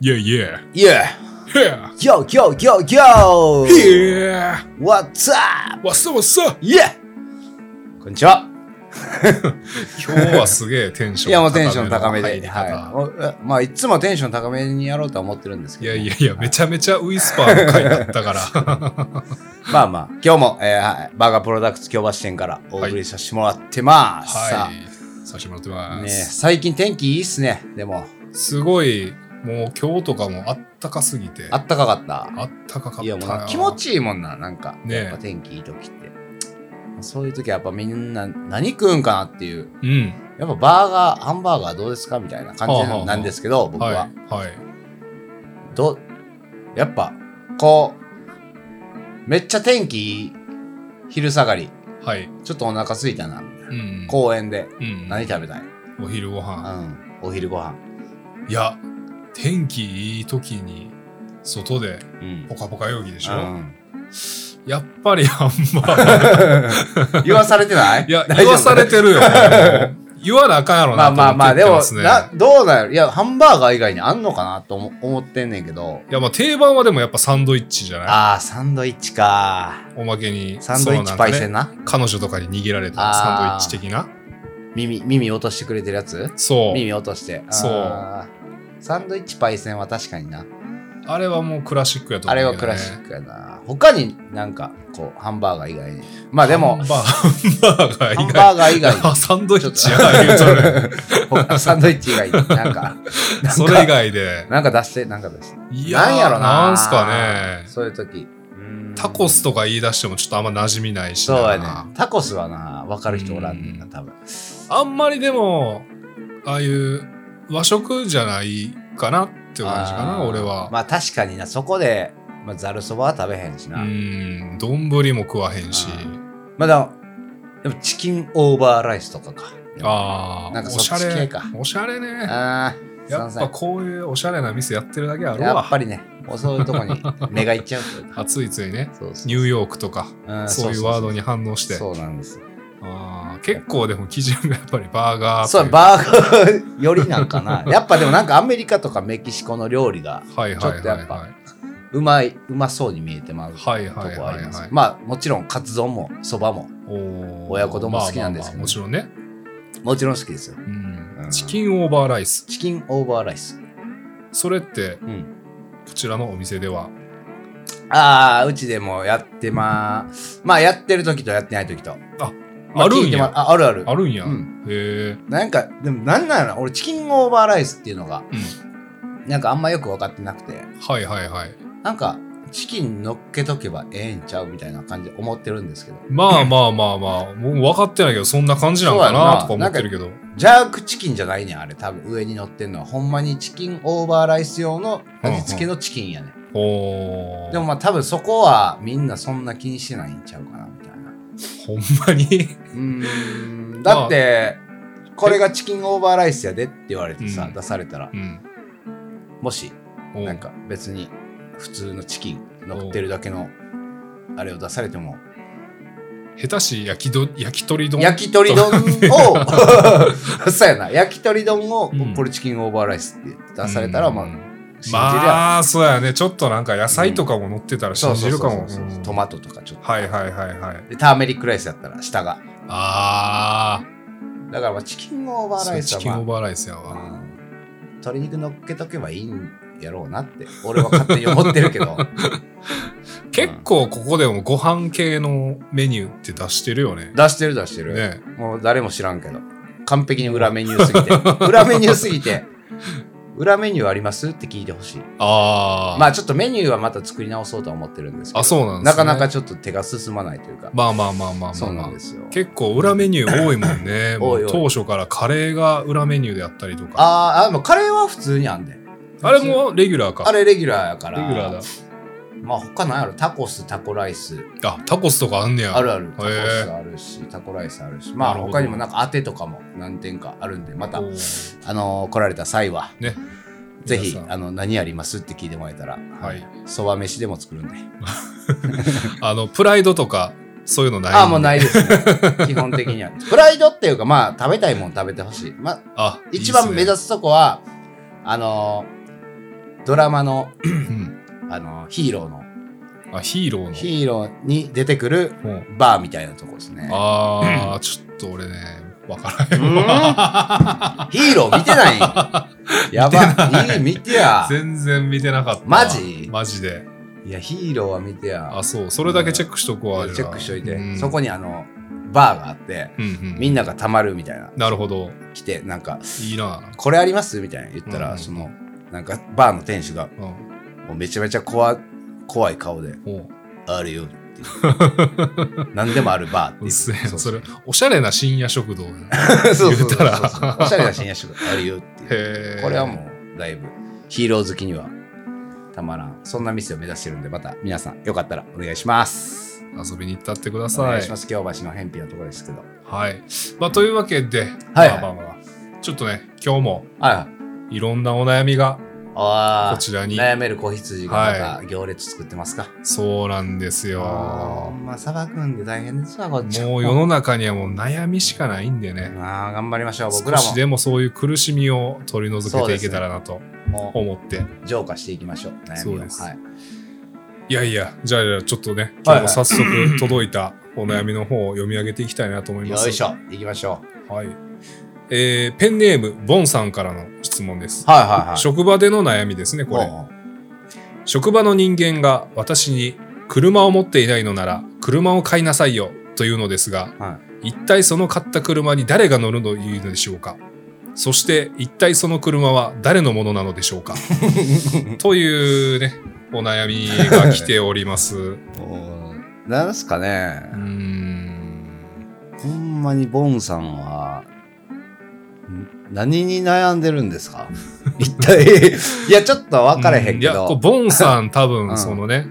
Yeah, yeah. Yeah! Yeah. Yo, yo, yo, yo! Yeah. What's up? わっさわっさ Yeah! こんにちは。今日はすげえテンションいや、もうテンション高め入りで。方はい。まあ、いつもテンション高めにやろうとは思ってるんですいけやど。いやいや、めちゃめちゃウィスパーの回だった から。まあまあ、今日も、えーはいバーガープロダクツ京橋店からお送りさせてもらってます。さはい。させてもらってあ、まね、す。最近天気いいっすね。でも、すごい、もう今日とかもあったかすぎて、ああったかかった。ったかかったいや、もうなんなか気持ちいいもんな、なんか。ねえやっぱ天気いい時って。そういう時はやっぱみんな何食うんかなっていう。うん。やっぱバーガー、ハンバーガーどうですかみたいな感はあはあじなんですけど、僕は。はい。はい。どうやっぱ、こう、めっちゃ天気いい昼下がり。はい。ちょっとお腹すいたな。うん。公園でうん。何食べたい、うお昼ご飯ん、お昼ご飯。いや、天気いい時に、外でうんポ。カポカ容疑でしうょ、ん、やっぱりハンバーガー。言わされてないいや、 大丈夫言わされてるよ。言わなあかんやろまなと思あってまあまあ、で言ってもます、ねなどうだよ。いや、ハンバーガー以外にあんのかなと思思ってんねんけど。いや、まあ定番はでもやっぱサンドイッチじゃないああ、サンドイッチか。おまけに、サンドイそッチのなんパかイねセンな。彼女とかに逃げられたあーサンドイッチ的な。耳、耳落としてくれてるやつそう。耳落として。そうあー。サンドイッチパイセンは確かにな。あれはもうクラシックやと思あうけど、れね。はクラシックやな。他になんか、こう、ハンバーガー以外に。まあでもハ、ンバーハンバーガーハン以外。バーガー以外にあ、サンドイッチや言うとる他サンドイッチ以外に、なんか、それ以外で。なんか出して、なんか出して。いーなんやろな。なんすかね。そういう時。タコスととか言い出してもちょっとあんま馴染みないしな。そうやね。タコスはな、わかる人おらんねんな、多分。あんまりでも、ああいう和食じゃないかなって感じかな、あー俺は。まあ確かにな、そこで、まあ、ざるそばは食べへんしな。うん、丼も食わへんし。まあでも、でもチキンオーバーライスとかか。ああ、なんかおしそゃっち系れか。おしゃれね。ああ、やっそのぱさこういうおしゃれな店やってるだけあるやっわぱ。りね、もうそういうとこ に目がいっちゃうというか。暑いついね。そうそうニューヨークとか、うんそういうワードに反応して。そうなんですよあー結構でも基準がやっぱりバーガーといそうバーガーよりなんか なやっぱでもなんかアメリカとかメキシコの料理がはいはいちょっとはいやっはぱいうまいうまそうに見えてまうとこはいはいはいはありますはいまあもちろんカツ丼もそばもおー親子丼も好きなんですけまあまあまあどもちろんね、もちろん好きですようんうんチキンオーバーライスチキンオーバーライス、それってうん、こちらのお店ではああうちでもやってまーまあやってる時とやってない時と、まある聞んいてまやああるあるあるんや、うんへえなんかでもなんなんやろな俺チキンオーバーライスっていうのが、なんかあんまよく分かってなくてはいはいはいなんかチキン乗っけとけばええんちゃうみたいな感じで思ってるんですけどまあまあまあまあもう分かってないけどそんな感じなんかそうやななとか思ってるけどジャークチキンじゃないねんあれ多分上に乗ってんのはほんまにチキンオーバーライス用の味付けのチキンやね、おーでもまあ多分そこはみんなそんな気にしてないんちゃうかなみたいなほんま にうーんだって、これがチキンオーバーライスやでって言われてさ、うん出されたらうんもしおなんか別に普通のチキン乗ってるだけのあれを出されても下手し焼きど焼き鳥丼焼き鳥丼を そうやな焼き鳥丼を、うんこれチキンオーバーライスって出されたら、まあうん信じりゃ、まあそうやねちょっとなんか野菜とかも乗ってたら信じるかもそうそうそうそううんトマトとかちょっとはいはいはいはいでターメリックライスやったら下があだからまあチキンオーバあーライスチキンは、オーまバーライスやわ、あ、うん鶏肉乗っけとけばいいんやろうなって俺は勝手に思ってるけ ど結構ここでもご飯系のメニューって出してるよね出してる出してる、ねもう誰も知らんけど完璧に裏メニューすぎ て裏メニューすぎて裏メニューありますって聞いてほしいああまあちょっとメニューはまた作り直そうとは思ってるんですけどあそうなんですねなかなかちょっと手が進まないというか、まあまあまあまあまそあうまなあんですよ結構裏メニュー多いもん ねも多いう多い当初からカレーが裏メニューであったりとかあーあでもカレーは普通にあんであれもレギュラーかあれレギュラーやからレギュラーまあ他なんやろタコスタコライスだあタコスとかあんねやあるあるタコへスえあるしタコライスあるしまあなるほど他にもなんか当てとかも何点かあるんでまたおーあのー来られた際はねぜひ皆さんあの何ありますって聞いてもらえたらはいそば飯でも作るんであのプライドとかそういうのないああもうないです、ね、基本的にはプライドっていうかまあ食べたいもん食べてほしいまああ一番目す指すとこはあのードラマの、うんあの、ヒーローの、あ、ヒーローの。ヒーローに出てくるうんバーみたいなとこですね。ああ、ちょっと俺ね、わからへん。うんヒーロー見て ないんやばいい見てや全然見てなかった。マジマジで。いやヒーローは見てやあ、そう。それだけチェックしとくわ。チェックしといて、うんそこにあのバーがあってうんうんみんながたまるみたいななるほど。来てなんかいいな。 「これあります?」みたいな言ったら、うんそのなんかバーの店主がうん。もうめちゃめちゃ怖怖い顔でおう「あるよ」って言 う何でもあるバーってう言っせえな。それう、おしゃれな深夜食堂や。そう言うたらそうそうそうおしゃれな深夜食堂あるよっていうへえ。これはもうだいぶヒーロー好きにはたまらんそんな店を目指してるんでまた皆さんよかったらお願いします遊びに行ったってくだおさ願いいし。ます京橋の偏僻なところですけどはい。まあ、というわけで、はいまあまあまあ、ちょっとね、今日もあいろんなお悩みがあこちらに。悩める子羊がまた行列作ってますか、そうなんですああよー。まあさばくんで大変ですわこっちもう世の中にはもう悩みしかないんでね。まあ頑張りましょう僕少らしもでもそういう苦しみを取り除けていけたらなとも思って。う浄化していきましょう悩みをそうですはい、いやいや、じゃあじゃあちょっとね、今はい日も早速届いたお悩みの方を読み上げていきたいなと思います。よいしょいきましょはい。えーペンネーム、ボンさんからの質問ですう。はいはいはい職場での悩みですね、これ。おう職場の人間が私に車を持っていないのなら車を買いなさいよというのですがおうは一体その買った車に誰が乗るというのでしょうかそして一体その車は誰のものなのでしょう かというねお悩みが来ており ますういおうなんすかねーんほんまにボンさんは、ん何に悩んでるんで すか一体。いや、ちょっと分からへんけいやこ うど。ボンさん多うん分そのね、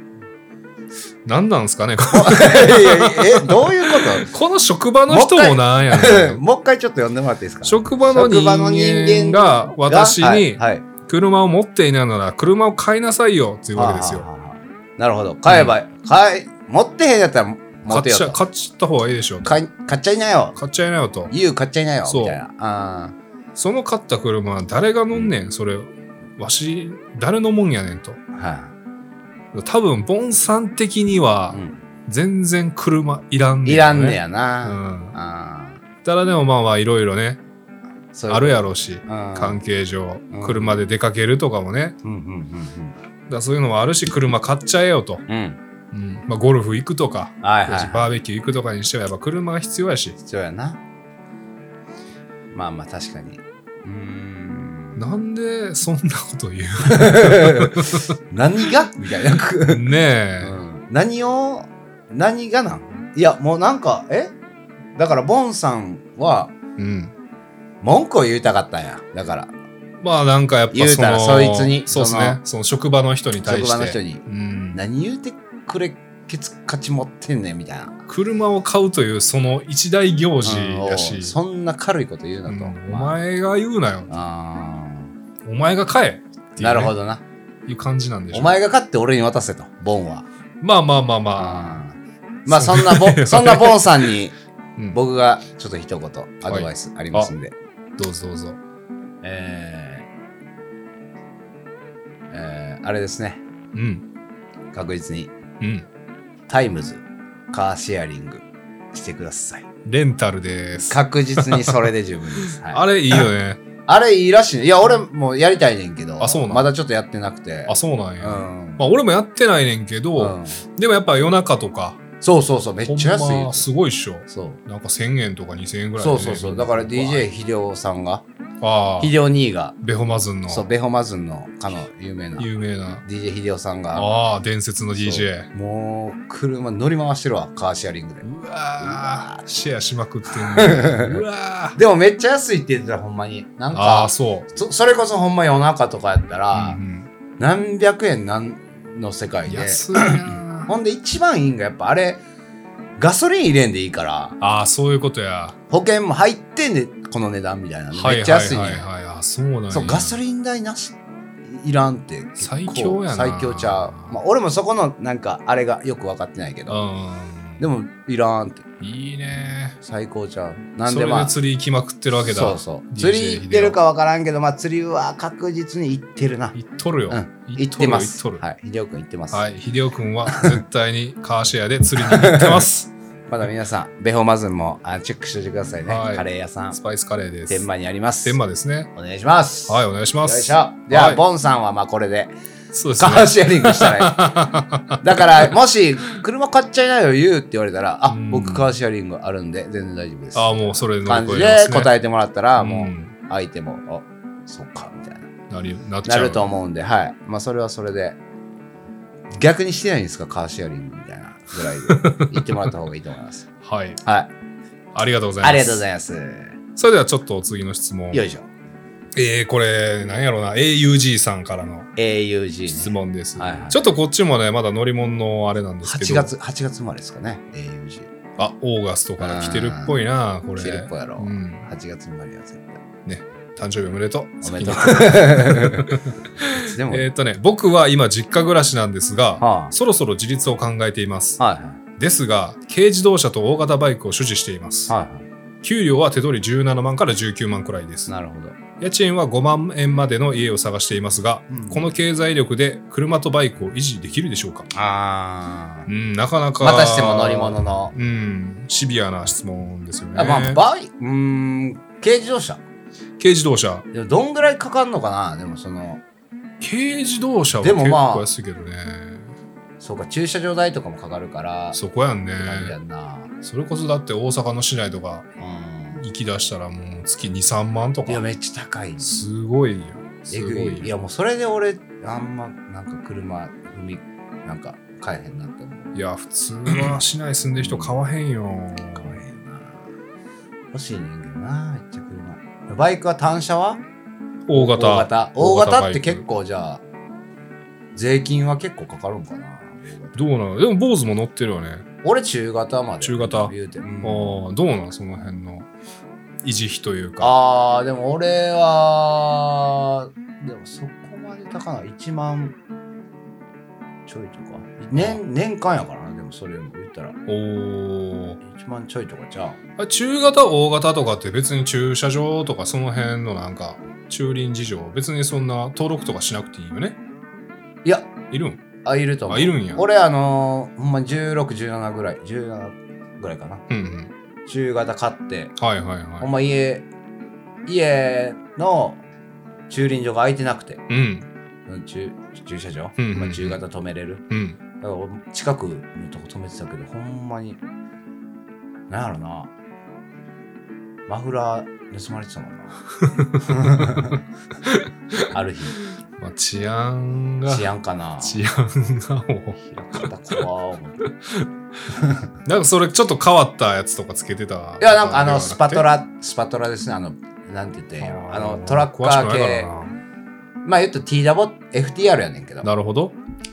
何なんですかねこいやいやえ、どういうここの職場の人もなんや と ねんもう一回ちょっと呼んでもらっていいですか職場の人間が私に、はいはい車を持っていないなら車を買いなさいよっていうわけですはよ。あはあはあなるほど。買えば、買え、持ってへんやったら持買っってよちゃと。買っちゃった方がいいでしょう。買い買っちゃいなよ。買っちゃいなよと。言う買っちゃいなよ。そうみたいな。あその買った車は誰が乗んねん、それ。わし、誰のもんやねんと。ーは多分、ボンさん的にあはう、ん全然車いらんねん、いらんねや。やうな。ん。あただでもまあまあ、いろいろね、ーそういうあるやろうし、うん関係上うん、車で出かけるとかもね。うんうんうんだからそういうのもあるし、車買っちゃえよと。うん。うん。うん。まあ、ゴルフ行くとか、はいはいはい。バーベキュー行くとかにしては、やっぱ車が必要やし。必要やなまあまあ確かにうーんなんでそんなこと言 何がみたいな、うね え、うん何を何がなんいやもうなんかえだからボンさんはうん、文句を言いたかったんやだからまあなんかやっぱ言うそたらのそいつにそうですそねのその職場の人に対して職場の人にうん、何言うてくれケツ勝ち持ってんねんみたいな車を買うというその一大行事やうんおうし、そんな軽いこと言ううなと、んおまあ前が言うなよあお前が買えっていう,、ーなるほどないう感じなんでしょおう前が勝って俺に渡せとボンはまあまあまあまあ、あー まあそんなボンそんなボンさんにうん僕がちょっと一言アドバイスありますんで、どうぞどうぞえーえーあれですねうん確実にうんタイムズカーシェアリングしてくださいレンタルです確実にそれで十分です、はい、あれいいよねあれいいらしいねいや俺もやりたいねんけどあそうなんまだちょっとやってなくてあそうなんうや、ん、まあ俺もやってないねんけうど、んでもやっぱ夜中とかそうそうそうめっちゃ安ほんい、ま、すごいっしょそうなんか1000円とか2000円ぐらいでそね、うそうそうだから DJ 秀夫さんがああ秀夫兄がベホマズンのそうベホマズンのかの有名な有名な DJ 秀夫さんがああ伝説の DJ もう車乗り回してるわカーシェアリングでうわーシェアしまくって んねうわーでもめっちゃ安いって言ってたほんまになんああかそうそそれこそほんま夜中とかやったらう、ん何百円なんの世う界んで安いなほんで一番いいんがやっぱあれガソリン入れんでいいからああそういうことや保険も入ってんでこの値段みたいなのはめいっちゃはい安いねん、はいはいあそうなんやそうガソリン代なしいらんって結構最強やな最強ちゃう、まあ、俺もそこのなんかあれがよく分かってないけうどんでも、いらんって。いいね。最高じゃん。なんそれでまであ。釣り行きまくってるわけだ。そうそう。 DJ 釣り行ってるかわからんけど、まあ釣りは確実に行ってるな。行っとるよ。うん。行っ行っとるてよます。行っとる。はい。秀夫くん行ってます。はい、秀夫君は絶対にカーシェアで釣りに行って ます。まだ皆さん、ベホマズンもあチェックしておいてくださいね。はいカレー屋さんス、パイスカレーです。天天満にあります。満ですね。お願いします。はい、お願いしまよいす。しょ。では、はいボンさんはまあこれで、そうですカね。ーシェアリングしたらいい。 だから、もし、車買っちゃいなよ、言うって言われたら、あう、ん僕カーシェアリングあるんで、全然大丈夫です。ああ、もうそれの感じでえ答えてもらったら、ますねもう、ん相手も、あ、そっか、みたいな。なりなっちゃなう。ると思うんで、はい。まあ、それはそれで。逆にしてないんですか、カーシェアリングみたいなぐらい で、言ってもらった方がいいと思います。はい、はい。ありがとうございます。ありがとうございます。それではちょっとお次の質問。よいしょ。えー、これ、なんやろうな、AUG さんからの AUG、ね。質問です、はいはいちょっとこっちもね、まだ乗り物のあれなんですけど、 8月、8月生まれですかね、AUG。あ、オーガストから来てるっぽいな、これ。来てるっぽいやろうん。 8月生まれは絶対。誕生日おめでとう。おめでとう。 いつでも。えーっとね、僕は今実家暮らしなんですが、はそろそろ自立を考えていますあ、。はいはですが、軽自動車と大型バイクを所持しています。い。はいは給料は手取り17万から19万くらいでい。す。なるほど。家賃は5万円までの家を探していますが、うんこの経済力で車とバイクを維持できるでしょうかあうん、なかなあ。か。またしても乗り物。の。うん、シビアな質問ですよね。あまあ、バイ、うーん、軽自動車。軽自動車。でもどんぐらいかかんのかなでもその、軽自動車はで結もまあ構安いけどね。そうか、駐車場代とかもかかるから、そこやんね。なんやんな。それこそだって大阪の市内とかうん。行き出したらもう月2、3万といや、か。めっちゃ高い。すごいよ。すえごぐい。いいよ。や、もうそれで俺、あんま、なんか車、踏み、なんか、買えへんなって思う。いや、普通は市内住んでる人買わへんよ。買えへんな。欲しい人間な、めっちゃ車。バイクは単車は大大型。型。大型バっイてク結。構じゃあ、税金は結構かかるんかな。どうなのでも坊主も乗ってるよね。俺、中型まで。中型言うて。うんああ、どうなのその辺の維持費というか。あー、でも俺は、でもそこまで高ない。1万ちょいとか。年、年間やからな、でもそれも言ったら。おお。 1万ちょいとかじゃん。あ中型、大型とかって別に駐車場とかその辺のなんか駐輪事情、別にそんな登録とかしなくていいよね。いや、いるんあ、いると思う。あ、いるんや。俺、あのーほんま16、17ぐらい、17ぐらいかな。うんうん。中型買って、はいはいほはんま家、家の駐輪場が空いてなくて、い。うん。駐駐車場、うんうんうんまあ、中型止めれる。うん。だから俺近くのとこ止めてたけど、ほんまに、なんやろな。マフラー盗まれてたもんな。 ある日、まあ治安が。治安かな。治安 がもう。開かった怖思って。いなんかそれちょっと変わったやつとかつけてた。いや、なんかあの、スパトラ、スパトラですね。あの、なんて言ってんやろあの、トラッカー系。まあ言うと T ダボ FTR やねんけどな。なるほど。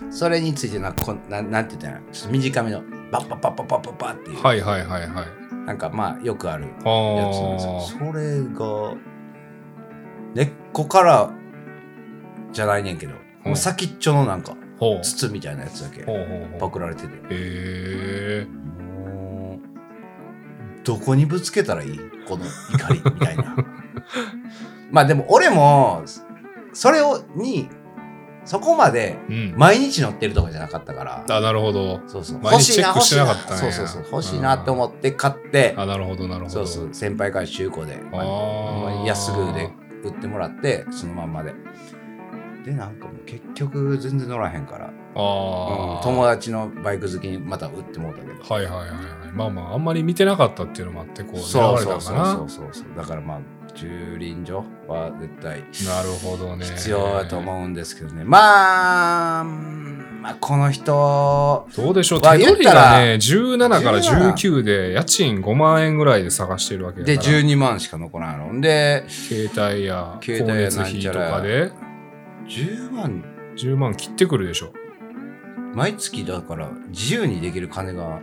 それについてなんかこんなんなんて言ったらちょっと短めのバッバッバッバッバッバッバッっていう、はいはいはいはい。なんかまあよくあるやあつなんですーけどそれが根っこからじゃないねんけど、もう先っちょのなんかほう。筒みたいなやつだけほうほうほパう。クられててへえ。もうどこにぶつけたらいいこの怒りみたい なまあでも俺もそれをにそこまでうん。毎日乗ってるとかじゃなかったからあ、なるほど。そうそう。毎欲日しチェいな、ック欲ししいてなかなったんや。そうそうそう。欲しいなって思って買って、あ、なるほどなるほど。そうそう。先輩から中古で、まあほんまあにあ。安ぐで売ってもらって、そのまんまで。で、なんかもう結局全然乗らへんから、あうんあ。友達のバイク好きにまた売ってもうたけど。はいはいはいはい。まあまあ、あんまり見てなかったっていうのもあって、こう、狙そわうれたそのうかそうな。そうそう。だからまあ、駐輪場は絶対なるほどね。必要だと思うんですけどね。まあ、まあ、この人、どうでしょう、手まあ取りがね、たら17から19で、家賃5万円ぐらいで探してるわけだかでら。 12万しか残らんやろ。んで、携帯や光携帯や熱なん費ちゃとらかで10万10万切ってくるでしょ。毎月だから自由にできる金が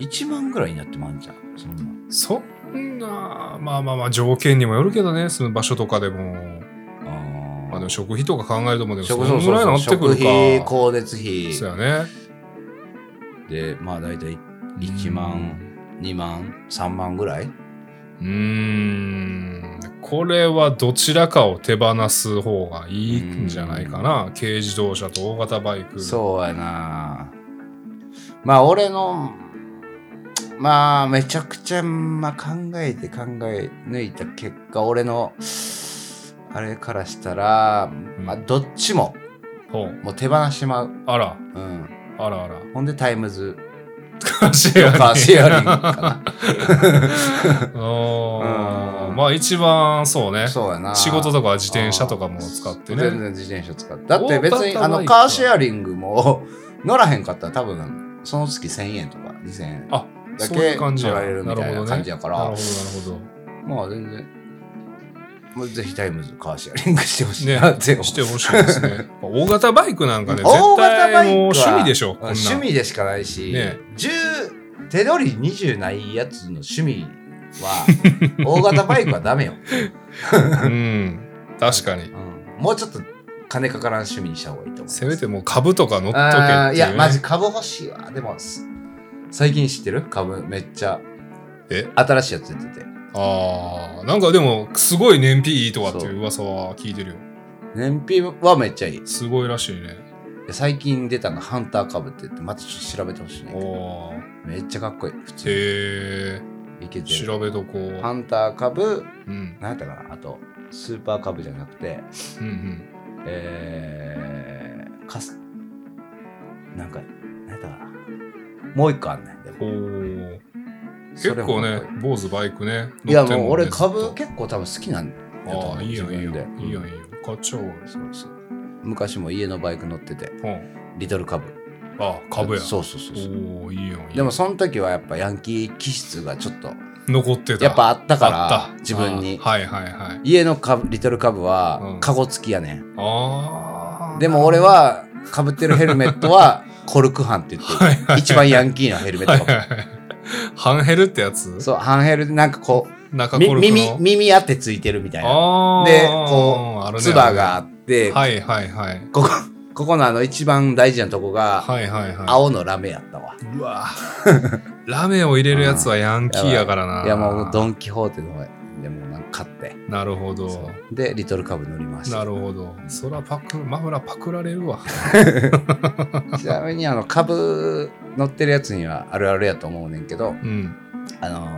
1万ぐらいになってまうんじゃんそんなそんな、まあまあまあ、条件にもよるけどね、住む場所とかでも。あまあでも食食費とか考えるともうでもそ食のぐらいになってくる食費か。光熱費そうやね。でまあ大体1万、2万、3万ぐらい。うーんこれはどちらかを手放す方がいいんじゃないかな軽自動車と大型バイクそうやな。まあ、俺の、まあ、めちゃくちゃ、まあ、考えて考え抜いた結果、俺の、あれからしたら、まあ、どっちも、ほうもう手放してまう。あらうん。あらあ らほんで、タイムズ シとかシェアリングか おーうんまあ一番そうねな。そうやな。仕事とか自転車とかも使って全ね然自転車使って。だって別大に、型あバの、イクはカーシェアリングも 乗らへんかったら多分、その月1000円とか2000円あだそういけう感じ取やられるみたいな感じやかなるら、ほどなるまあ全然。もうぜひタイムズカーシェアリングしてほしいなほっどてね思しうてほしいです ね大型バイクなんかね絶大型バイ対クもうは趣味でしょこんな趣味でしかないし、ね10手取り20ないやつの趣味は大型バイクはダメよ、うん確かにうんもうちょっと金かからん趣味にした方がいいと思うせめてもう株とか乗っとけっていあーう、ね、いやマジ株欲しいわでもす最近知ってる株めっちゃえ新しいやつ出ててああなんかでもすごい燃費いいとかっていう噂は聞いてるよ燃費はめっちゃいいすごいらしいね最近出たのハンター株って言ってまたちょっと調べてほしいねんけどおーめっちゃかっこいい普通へえにいけてる調べとこうハンター株うん何やったかなあとスーパー株じゃなくてうんうんえー、かすなんか何やったかなもう一個あんねんでもおーそ結れも構ねかっこいい坊主バイクねいや乗ってんもうんね俺ずっ株と結構多分好きなんだとあ思あういい自よいい分よでいいよいいよ買っちゃおうよそうそう昔も家のバイク乗っててうんリトル株あ株やそうそうそうそうおおいいよいいでよもその時はやっぱヤンキー気質がちょっと残ってたやっぱあったかあらった自分にあーはいはいはい家の株リトル株うはんカゴ付きやねん、ああでも俺はかぶってるヘルメット はコルクハンって言ってはいはい一番ヤンキーなヘルメットはいかもはい はいハンヘルってやつそうハンヘルでなんかこう中コみルクの耳耳当てついてるみたいなあーでこあるうねつばがあって、はいはいはい。ここここのあの一番大事なとこが、はいはいは青のラメやったわい。うわラメを入れるやつはヤンキーやからな。いやもうドン・キホーテの方でもうなんか買ってなるほど。そうでリトルカブ乗りましたなるほど。そらパク、マフラーパクられるわ。 ちなみにあの株乗ってるやつにはあるあるやと思うねんけどうん。あの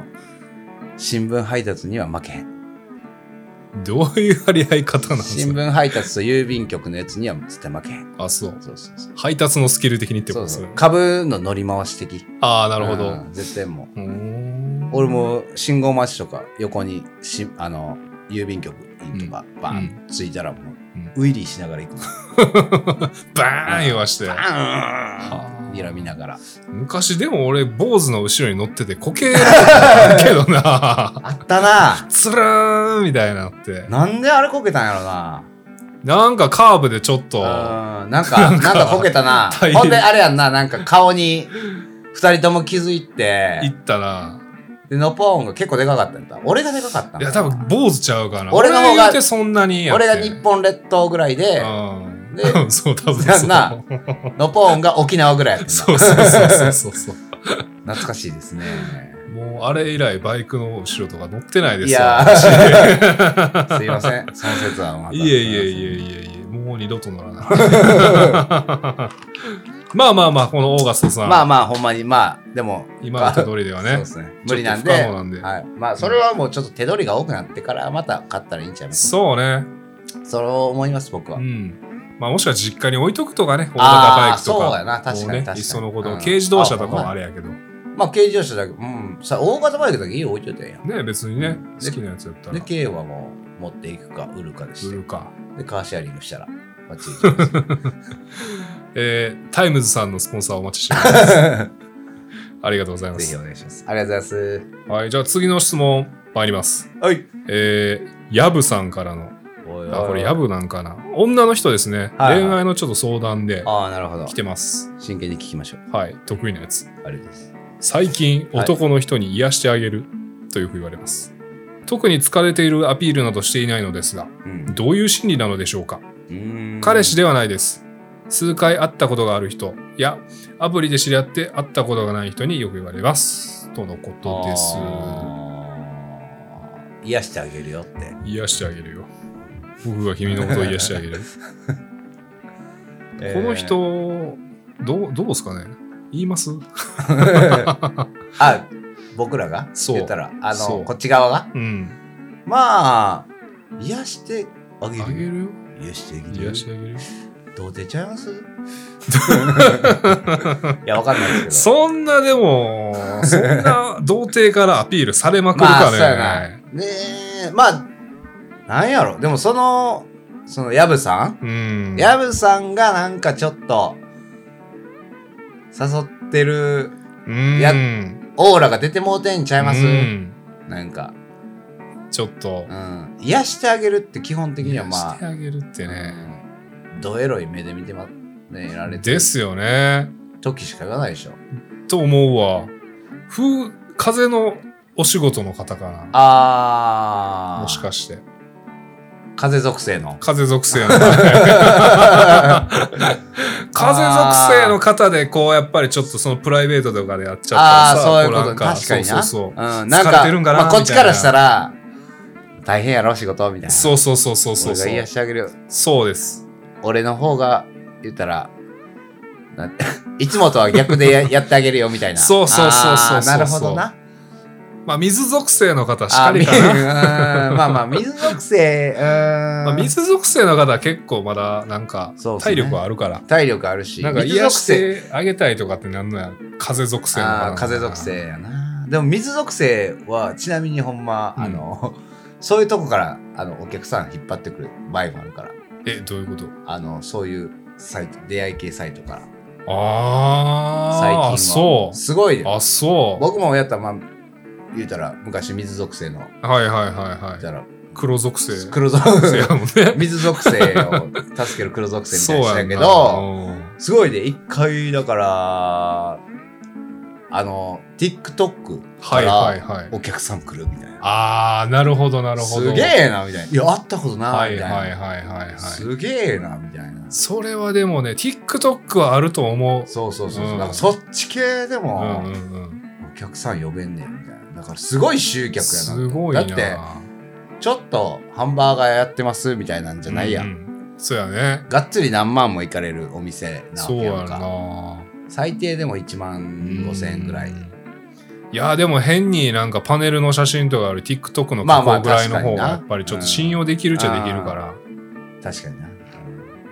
新聞配達には負けへんどういう張り合い方なんです新か聞配達と郵便局のやつには絶対負けへんあ、そう。そうそうそう配達のスキル的にってこそとうですそうね。株の乗り回し的ああ、なるほど。うん絶対もううーん俺も信号待ちとか横にしあの郵便局員とかバーンついたらもうウィリーしながら行くバーン言わして。バーはンあ 睨みながら昔でも俺、坊主の後ろに乗っててこけられたけどな。 あったなつるーんみたいになって。なんであれこけたんやろななんかカーブでちょっと、うんなんかなんかこけたな大変ほんであれやんななんか顔に二人とも気づい行てったな。でノポーンが結構でかかったんだ俺がでかかったんだいや、多分坊主ちゃうかな。俺の方が言うてそんなにやって俺が日本列島ぐらいでうん。でうん そう、多分ななノポーンが沖縄ぐらいやったんだ そうそうそうそうそうそう懐かしいですねもうあれ以来バイクの後ろとか乗ってないでいすよ。や私ーすいません、その説はまた。いえいえいえいえいえ、もう二度と乗ら ない。まあまあまあ、このオーガストさん、まあまあ、ほんまに、まあ、でも、今の手取りでは そうねで、すね。無理なちょんっとで不可能なんではい、まあ、それはもうちょっと手取りが多くなってから、また買ったらいいんちゃいますそうね、そう思います、僕は。うん。まあもしくは実家に置いとくとかね、大型バイあークとか。そうやな確かにもうね確かにいっそのこと、うん軽自動車とかはあれやけど。まあ、軽自動車だけど、うん、さ大型バイクだけ家置いといたらいいやね別にね、うん好きなやつやったん。で、ら軽はもう持っていくか、売るかで売する。か、で、カーシェアリングしたら、まあ、ついちゃい ますえータイムズさんのスポンサーお待ちしております。 ありがとうございまぜひすお。願いします。ありがとうございはい、じゃあ次の質問参ります。ます。はい。えー、ヤブさんからの。おいおいあ、これヤブなんかな。女の人ですね。はいはい恋愛のちょっと相談でああ、なるほど来。てます。真剣に聞きましょう。はい、得意なやつ。ありがとうございます。最近はい男の人に癒してあげるとよく言われます。特に疲れているアピールなどしていないのですが、うんどういう心理なのでしょうかうーん彼氏ではないです。数回会ったことがある人や、アプリで知り合って会ったことがない人によく言われます。とのことです。あー癒してあげるよって。癒してあげるよ。僕が君のことを癒してあげる。この えー。人、どう、どうですかね言いますあ、僕らがそう言ったら、あその、うこっち側がうん。まあ、癒してあげあるげよ。るよ。癒してあげるよ癒。してあげるよ。どう出ちゃいます いや、わかんないですけど。そんなで も、そんな童貞からアピールされまくるまかあ、そうやな。ねね。え、まあ、なんやろ。でも、その、その、薮さんうん。薮、さんがなんかちょっと、誘ってるうん。やオーラが出てもうてんちゃいます、うんなんか、ちょっとう。ん。癒してあげるって基本的にはま癒あして、あげるってね。うんどエロい目で見てま、ね、られてでるすよね。時しか言わないでしょ。と思うわ。風、風のお仕事の方かな。あー、もしかして。風属性の。風属性 の。風属性の方で、こう、やっぱりちょっとそのプライベートとかでやっちゃったあらあー、さ、そういうこなとん確かにそな。うそうそう。ん、なん疲かれてるんかなまあ、こっちからしたら。ら、大変やろ、仕事みたいな。そうそうそうそうそう俺がそ癒う。してあげるよ。そうです。俺の方が、言ったら、な いつもとは 逆でややってあげるよみたいな。そうそうそうそうあーなるほどな。まあ、水属性の方、しあかーみりうかな。ーん まあまあ、水属性、うーん。まあ、水属性の方は結構まだ、なんかそうっ、すね体力はあるから。体力あるし、なんか水癒属し性。てあげたいとかってなんのや風属性のあ方あー、風属性やな。でも水属性は、ちなみにほんま、うんあの、 そういうとこから、あの、お客さん引っ張ってくる場合もあるから。えどういうことあの、そういうサイト、出会い系サイトから。あ最近は。あそすごいようあそ僕もやったら、まあ、言うたら、昔水属性の、うはいはいはいは言ういたら、黒属性黒属属性や性、もんね 水属性を助ける黒属性みたいなしたけど、そうやんなすごいね、一回、だから、あの、TikTok かはいはいらはいお客さん来るみたいな。ああなるほどなるほどすげえな、みたいな。いや、会ったことな、はいいみはいたはいいはいはいな。すげえな、みたいな。それはでもね TikTok はあると思うそうそうそううそんう。なんかそっち系でうん、もうんうんお客さん呼べんねんみたいな。だからすごい集客やな。すごいなだって、ちょっとハンバーガーやってますみたいなんじゃないやん。うんそうやねがっつり何万もいかれるお店なわそうけややんんか。な最低でも1万5千円ぐらい。いやーでも変になんかパネルの写真とかある TikTok のまあま加あ工ぐらいの確か方にながやっぱりちょっと信用できるっちゃできるから、確かにな。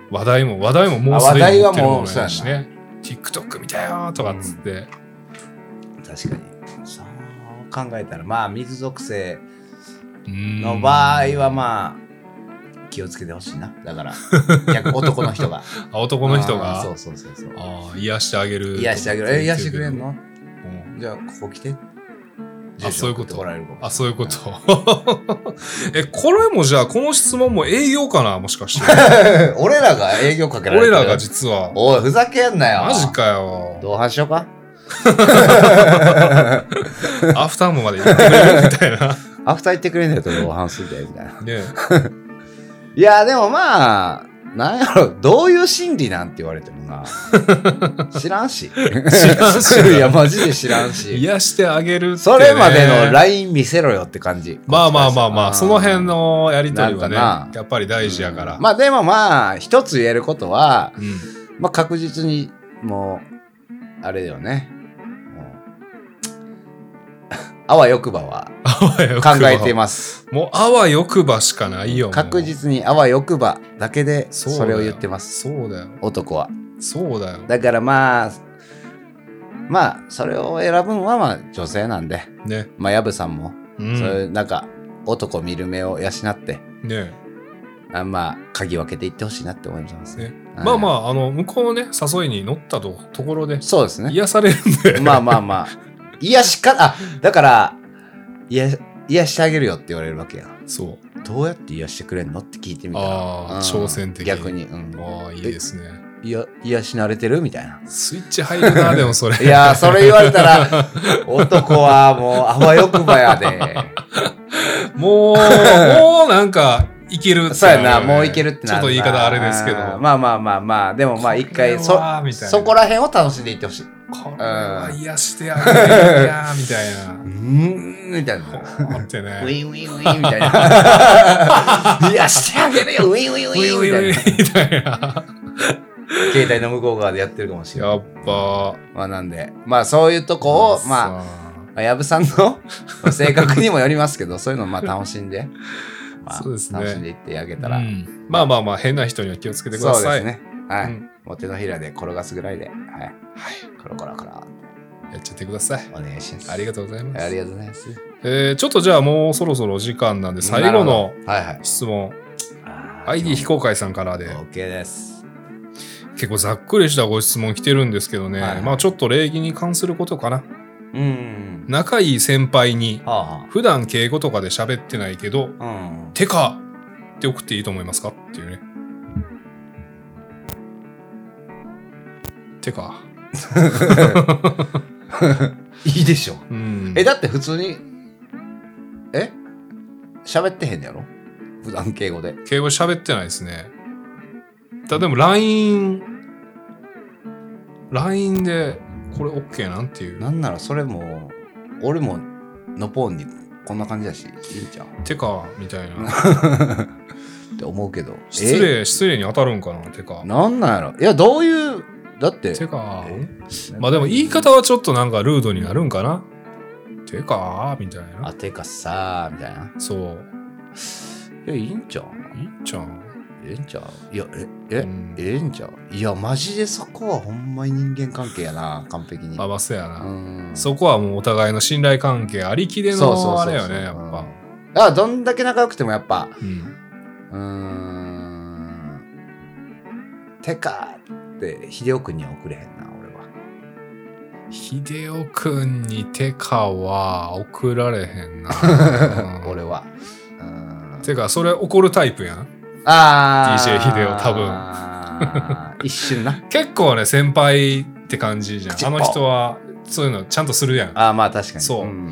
話題も話題ももうすあ話でに題持はってるももうのやしね TikTok 見たよーとかっつって、確かに。そう考えたら、まあ水属性うんの場合はまあ気をつけてほしいな。だから、逆男の人が。あ男の人があーあそうそうそうそう。あー癒してあげる癒してあげる。え、癒してくれんのうんじゃあここ来て。あそういうこと住所送ってもらえるかもあそういうこと えこれもじゃあこの質問も営業かなもしか して 俺らが営業かけられ俺てるらが実はおいふざけんなよマジかよ同伴しようかアフターもまで行ってくれるみたいなアフター行ってくれんだよと同伴するでみたいなねいやでもまあなんやろどういう心理なんて言われても な知らんし知らんし いやマジで知らんし癒してあげるって、ね、それまでの LINE 見せろよって感じまあまあまあまあ、その辺うんのやりとりはね、なんかやっぱり大事やから。まあでもまあ一つ言えることはうんまあ、確実にもうあれだよねもう あわよくばは 考えていますもう、あわよくばしかないよ。もう確実にあわよくばだけでそうだそよれを言ってますそうだよ。男はそうだよ。だからまあまあそれを選ぶのはまあ女性なんでね。まあ薮さんも、う。そうんいうなんか男見る目を養ってねあまあ鍵分けていってほしいなって思いますねはいまあまあ、あの、向こうのね、誘いに乗ったとところで、そうですね癒されるんで。 まあまあまあ。癒しから、あ、だから、癒し癒してあげるよって言われるわけや。そう。どうやって癒してくれんのって聞いてみたら。あうんあ、挑戦的。逆。に。うん。ああ、いいですね。いや癒し慣れてるみたいな。スイッチ入るな、でもそれ。 いやー、 それ言われたら、男 はもう、あわよくばやで。 もう、もうなんか、いけるそうやな、もういけるってなちょっと言い方あれですけど。あーまあまあまあまあ、でもまあ一回これそは、みたいなそこら辺を楽しんでいってほしい。うこれは癒してあげるや ーみたいな。ーん、みたいな。思って ウね。ィンウィンウィンみた いな。い や、してあげるよ、ウィンウィンウウィィンンウィみたいな。ンみたいな。携帯の向こう側でやってるかもしれない。 やっぱ。まあなんで、まあそういうとこを、まあ、まあ、矢部さんの 性格にもよりますけど、そういうのをまあ楽しんで、まあ、そうですね楽しんでいってあげたあら、うんまあまあまあ、変な人には気をつけてくだそうでさい。すね。はい。うんもう手のひらで転がすぐらいで、はい。コロコロコロ、やっちゃってください。お願いします。ありがとうございます。ありがとうございます。えーちょっとじゃあもうそろそろお時間なんで、最後のなる質問。ほど、はいはい。 ID 非公開さんからで、 OK です。結構ざっくりしたご質問来てるんですけどね、はいまあちょっと礼儀に関することかな。うん。仲いい先輩に、はあ、普段敬語とかで喋ってないけど、はあ、 うん。 てかって送っていいと思いますかっていうね。てか。いいでしょ。うん。え、だって普通に、え喋ってへんのやろ普段敬語で。敬語喋ってないですね。ただでも LINE、LINE でこれ OK なんていう。なんならそれも、俺も、のぽんにこんな感じだし、いいじゃん。てかみたいな。 って思うけど。失礼、失礼に当たるんかなてかえ。なんなんやろいや、どういう、だって。てか。えまあでも言い方はちょっとなんかルードになるんかなてかみたいあ、な。てかさー、みたいな。そう。いや、いいんちゃういいじゃん。ええんちゃういや、え、うえ、ん、ええんちゃういや、マジでそこはほんまに人間関係やな、完璧に。まあまあそうやな。うん。そこはもうお互いの信頼関係ありきでそうそうそうのあそうれよね、やっぱ。だから、どんだけ仲良くてもやっぱ、うん。うーん。てかって、秀夫君には送れへんな、俺は。。秀夫くんにてかは送られへんな 俺は。うーんてか、それ怒るタイプやん。ああ。 DJ 秀夫多分分。 一瞬な。結構ね、先輩って感じじゃん。口あの人は、そういうのちゃんとするやん。ああ、まあ確かに。そうん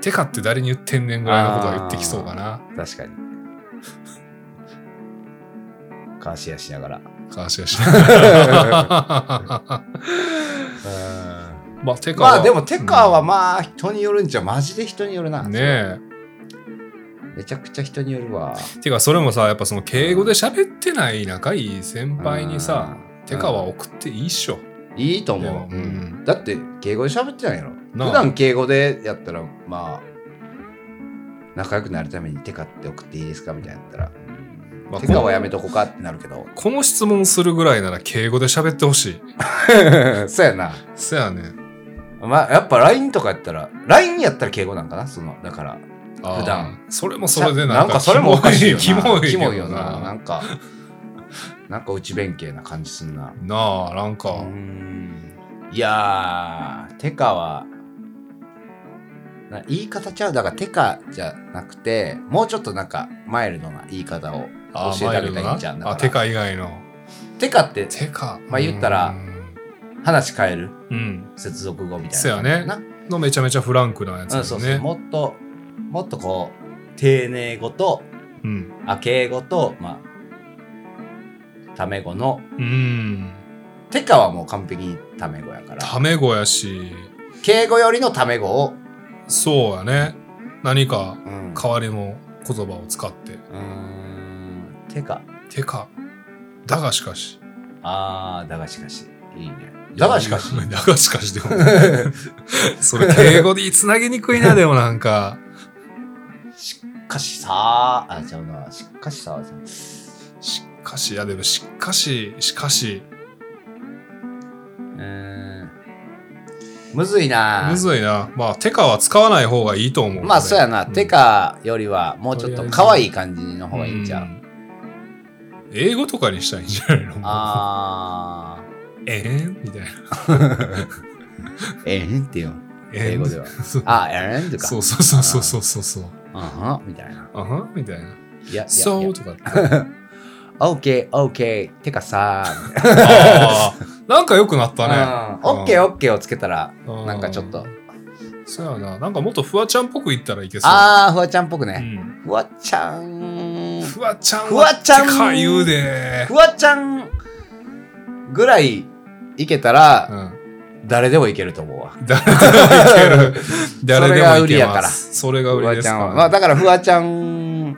てかって誰に言ってんねんぐらいのことは言ってきそうかな。確かに。カーシェアしなが ら。かわしやし な。まあ、てかまは。あでも、テカはうんまあ人によるんじゃ、マジで人によるな。ねめちゃくちゃ人によるわ。え。てか、それもさ、やっぱその敬語で喋ってない仲いい先輩にさ、うん、てかは送っていいっしょ。いいとで思もう。うんだって、敬語で喋ってないやろ。なあ普段敬語でやったら、まあ、仲良くなるためにテカって送っていいですかみたいなやったら、まあテカはやめとこうかってなるけ ど。この質問するぐらいなら敬語で喋ってほしい。そうやな。そやね。まあ、やっぱ LINE とかやったら、LINE やったら敬語なんかなその、だから。あー普段。それもそれでなんか、それもおかしいよな。キモい。 キキモモいいよよな。なな。んか、なんか内弁慶な感じすんな。なあ、なんかうー、んいやー、てかは、な言い方ちゃう。だから、てかじゃなくて、もうちょっとなんか、マイルドな言い方をあー教マえてあイげルたドらいいんじゃん。だな。あ、からて。か以外の。てかって、てか。まあ言ったら話変えるうん。うん。接続語みたいな。そうやねなのめちゃめちゃフランクなやつうん、だそようそう。ね。もっと、もっとこう、丁寧語と、うん。あ、敬語と、まあ、タメ語の、うん。てかはもう完璧にタメ語やから、タメ語やし、敬語よりのタメ語を、そうやね。何かうん、代わりの言葉を使って。うーん、てか、てか、だがしかし。あー、だがしかし、いいね。だがしかし、だがしかしでも。 それ敬語でつなげにくいな、でもなんか。しっかしさー、あ、ちゃうな、しっかしさーじゃんしかし、いやでもしかし、しかし、うーん、むずいなむずいな。まあ、てかは使わない方がいいと思うので。まあ、そうやな、んて、かよりは、もうちょっと可愛い感じの方がいいんちゃう。ん英語とかにしたらいいんじゃないのあええんみたいな。ー、えーんってよ、え英え語んでは。あ、えーんとか、そうそうそうそうそうそうそう。うんはんみたいな。あはみたいな。いや、いやそうとかって。あオッケー、オッケー。てかさ、あー、 なんか良くなったね。オッケー、オッケーをつけたら、うんなんかちょっと。。そうやな。なんかもっとフワちゃんっぽく言ったらいけそう。あー、フワちゃんっぽくうね。んフワちゃんフワちゃんフワちゃんでか言うでフワちゃんぐらいいけたうら、ん誰でもいけると思うわ。誰でもいける誰でもいけますそれがフ売ワりでちすゃかんらは。まあだからフワちゃん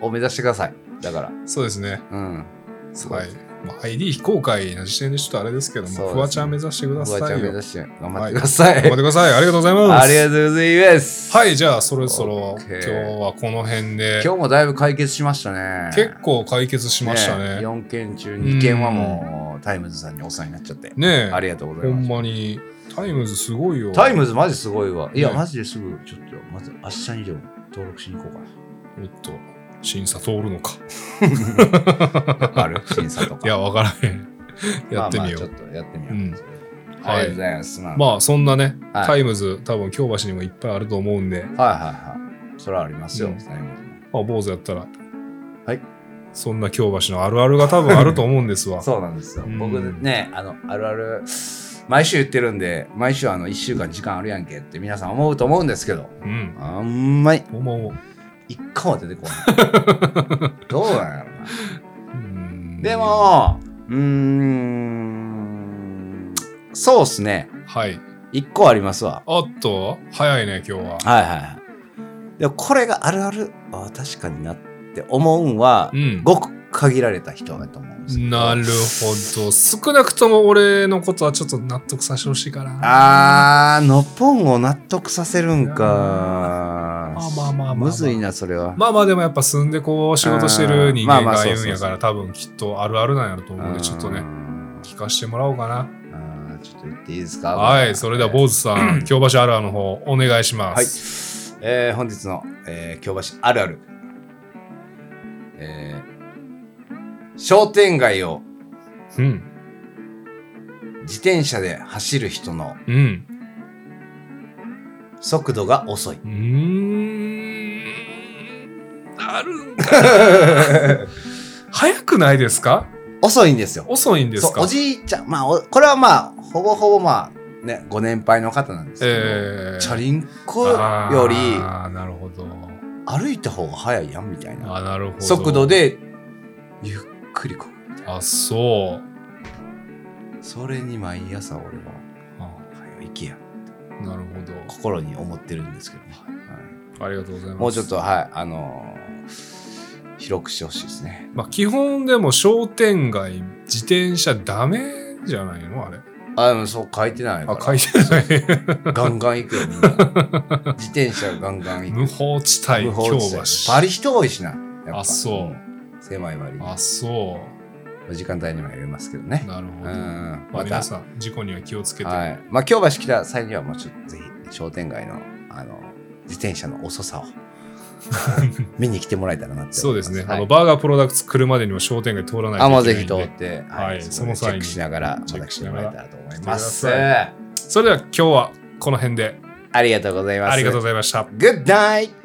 を目指してください。だから。そうですねうん。そうはい、まあ、ID 非公開の時点でちょっとあれですけども、そうですねフワちゃん目指してくだフさワいちゃん目よ指して頑張ってください。頑張ってくださいありがとうございますありがとうございます。はいじゃあそろそろオッケ今日ーはこの辺で今日もだいぶ解決しましたね。結構解決しましたね4件中2件はもうタイムズさんにお世話になっちゃって。ねありがとうござほいまんす。まにタイムズすごいよタイムズマジすごいわ。いや、ねマジですぐ、ちょっと、まず明日にでも登録しに行こうおっと審査通るのかかな。ある審査と か。いやわからへんやってみよう、まあまあちょっとやってみよう。うんありがとうございます。まあ、まあそんなね、はいタイムズ多分京橋にもいっぱいあると思うんで、はいはいはい。それはありますよ。うんタイムズもまあ、坊主やったらはいそんな京橋のあるあるが多分あると思うんですわ そうなんですよ。うん僕ね、あの、あるある、毎週言ってるんで、毎週あの、1週間時間あるやんけって皆さん思うと思うんですけど、うんあんまりほんまもう一個も出てこ ない。どうなんやろな。うんでも、うーん、そうっすね。はい一個ありますわ。あっと早いね今日ははいはいはい。でもこれがあるある、あ確かになって思うんはう、んごく限られた人だと思うんですけどなるほど少なくとも俺のことはちょっと納得させてほしいからあー、のっぽんを納得させるんか。まあまあまあまあまあむずいな、それは。まあまあでもやっぱ住んでこう仕事してる人間あーまあまがあ言うんやそうそうかそらう多分きっとあるあるなんやろと思うんうでんちょっとね。聞かしてもらおうかなあーちょっと言っていいですかはいそれでは坊主さ ん京橋あるあるの方お願いしまはいす、えー本日の、えー京橋あるある、えー商店街をうん自転車で走る人のうん速度が遅いうーんあるんか 早くないですか遅いんですよ遅いんですそうかおじいちゃんまあおこれはまあほぼほぼまあねご年配の方なんですけど、えーチャリンコよりあーなるほど歩いた方が速いやんみたいなあなるほど速度でゆっくりこうあそうそれに毎朝俺はあ早い行けやなる心に思ってるんですけどね、はいほどありがとうございますもうちょっと、はい、あのー広くしてほしいですね。まあ、基本でも商店街自転車ダメじゃないのあれあ、でもそう書いてないかあら。書いてないガンガン行くよ、み んな。自転車ガンガン行無く。法地帯無京法地帯橋バリ人多いしな。やっぱあそううん狭い割に。あそ時間帯にもよりますけどうね。なるほうんど、ま。あ、ま皆た、さん事故には気をつけて、はい。まあ、京橋来た際には、もうちょっとぜひ、商店街の、あの、自転車の 遅さを見に来てもらえたらなって思います。そうですね、はいあのバーガープロダクツ来るまでにも商店街通らないといけないあ、んでもうぜひ通って、ははいい、そそのの際際ににチェックしながら、チェックし私なもがららえたらと思いま来てすく。だそれでは今日はこの辺でありがとうございます。ありがとうございましたグッダイ